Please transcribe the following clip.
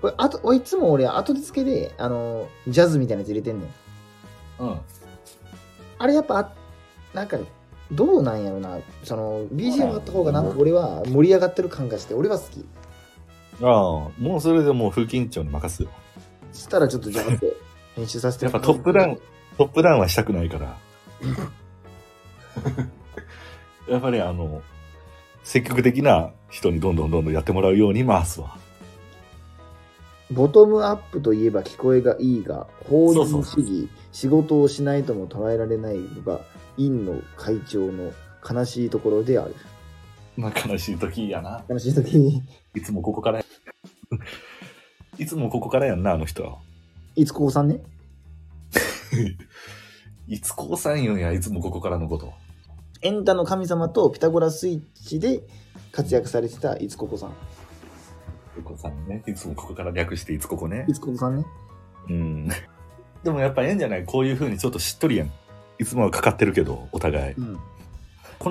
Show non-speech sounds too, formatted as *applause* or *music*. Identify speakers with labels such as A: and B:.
A: これあとおいつも俺、後で付けで、あの、ジャズみたいなやつ入れてんねん。
B: うん。
A: あれやっぱ、あなんか、どうなんやろな。その、BGM あった方がなんか俺は盛り上がってる感がして、俺は好き。
B: ああ、もうそれでもう風緊張に任すよ。
A: そしたらちょっとじゃあ待って、 *laughs* 編集させて
B: やっぱトップダウン。、トップダウンはしたくない *laughs* から。やっぱりあの、積極的な人にどんどんどんどんやってもらうように回すわ。
A: ボトムアップといえば聞こえがいいが、法人主義、
B: そうそう
A: 仕事をしないとも捉えられないのが、院の会長の悲しいところである。
B: まあ悲しい時やな。
A: 悲しい時に、
B: いつもここからや。 *laughs* いつもここからやんな、あの人は。
A: いつこさんね。
B: いつこうさんよや、いつもここからのこと。
A: エンタの神様とピタゴラスイッチで活躍されてたいつここさん。
B: いつこさんね。いつもここから略していつここね
A: い。つここさんね。
B: うん。でもやっぱええんじゃないこういう風にちょっとしっとりやん。いつもはかかってるけど、お互い。
A: うん。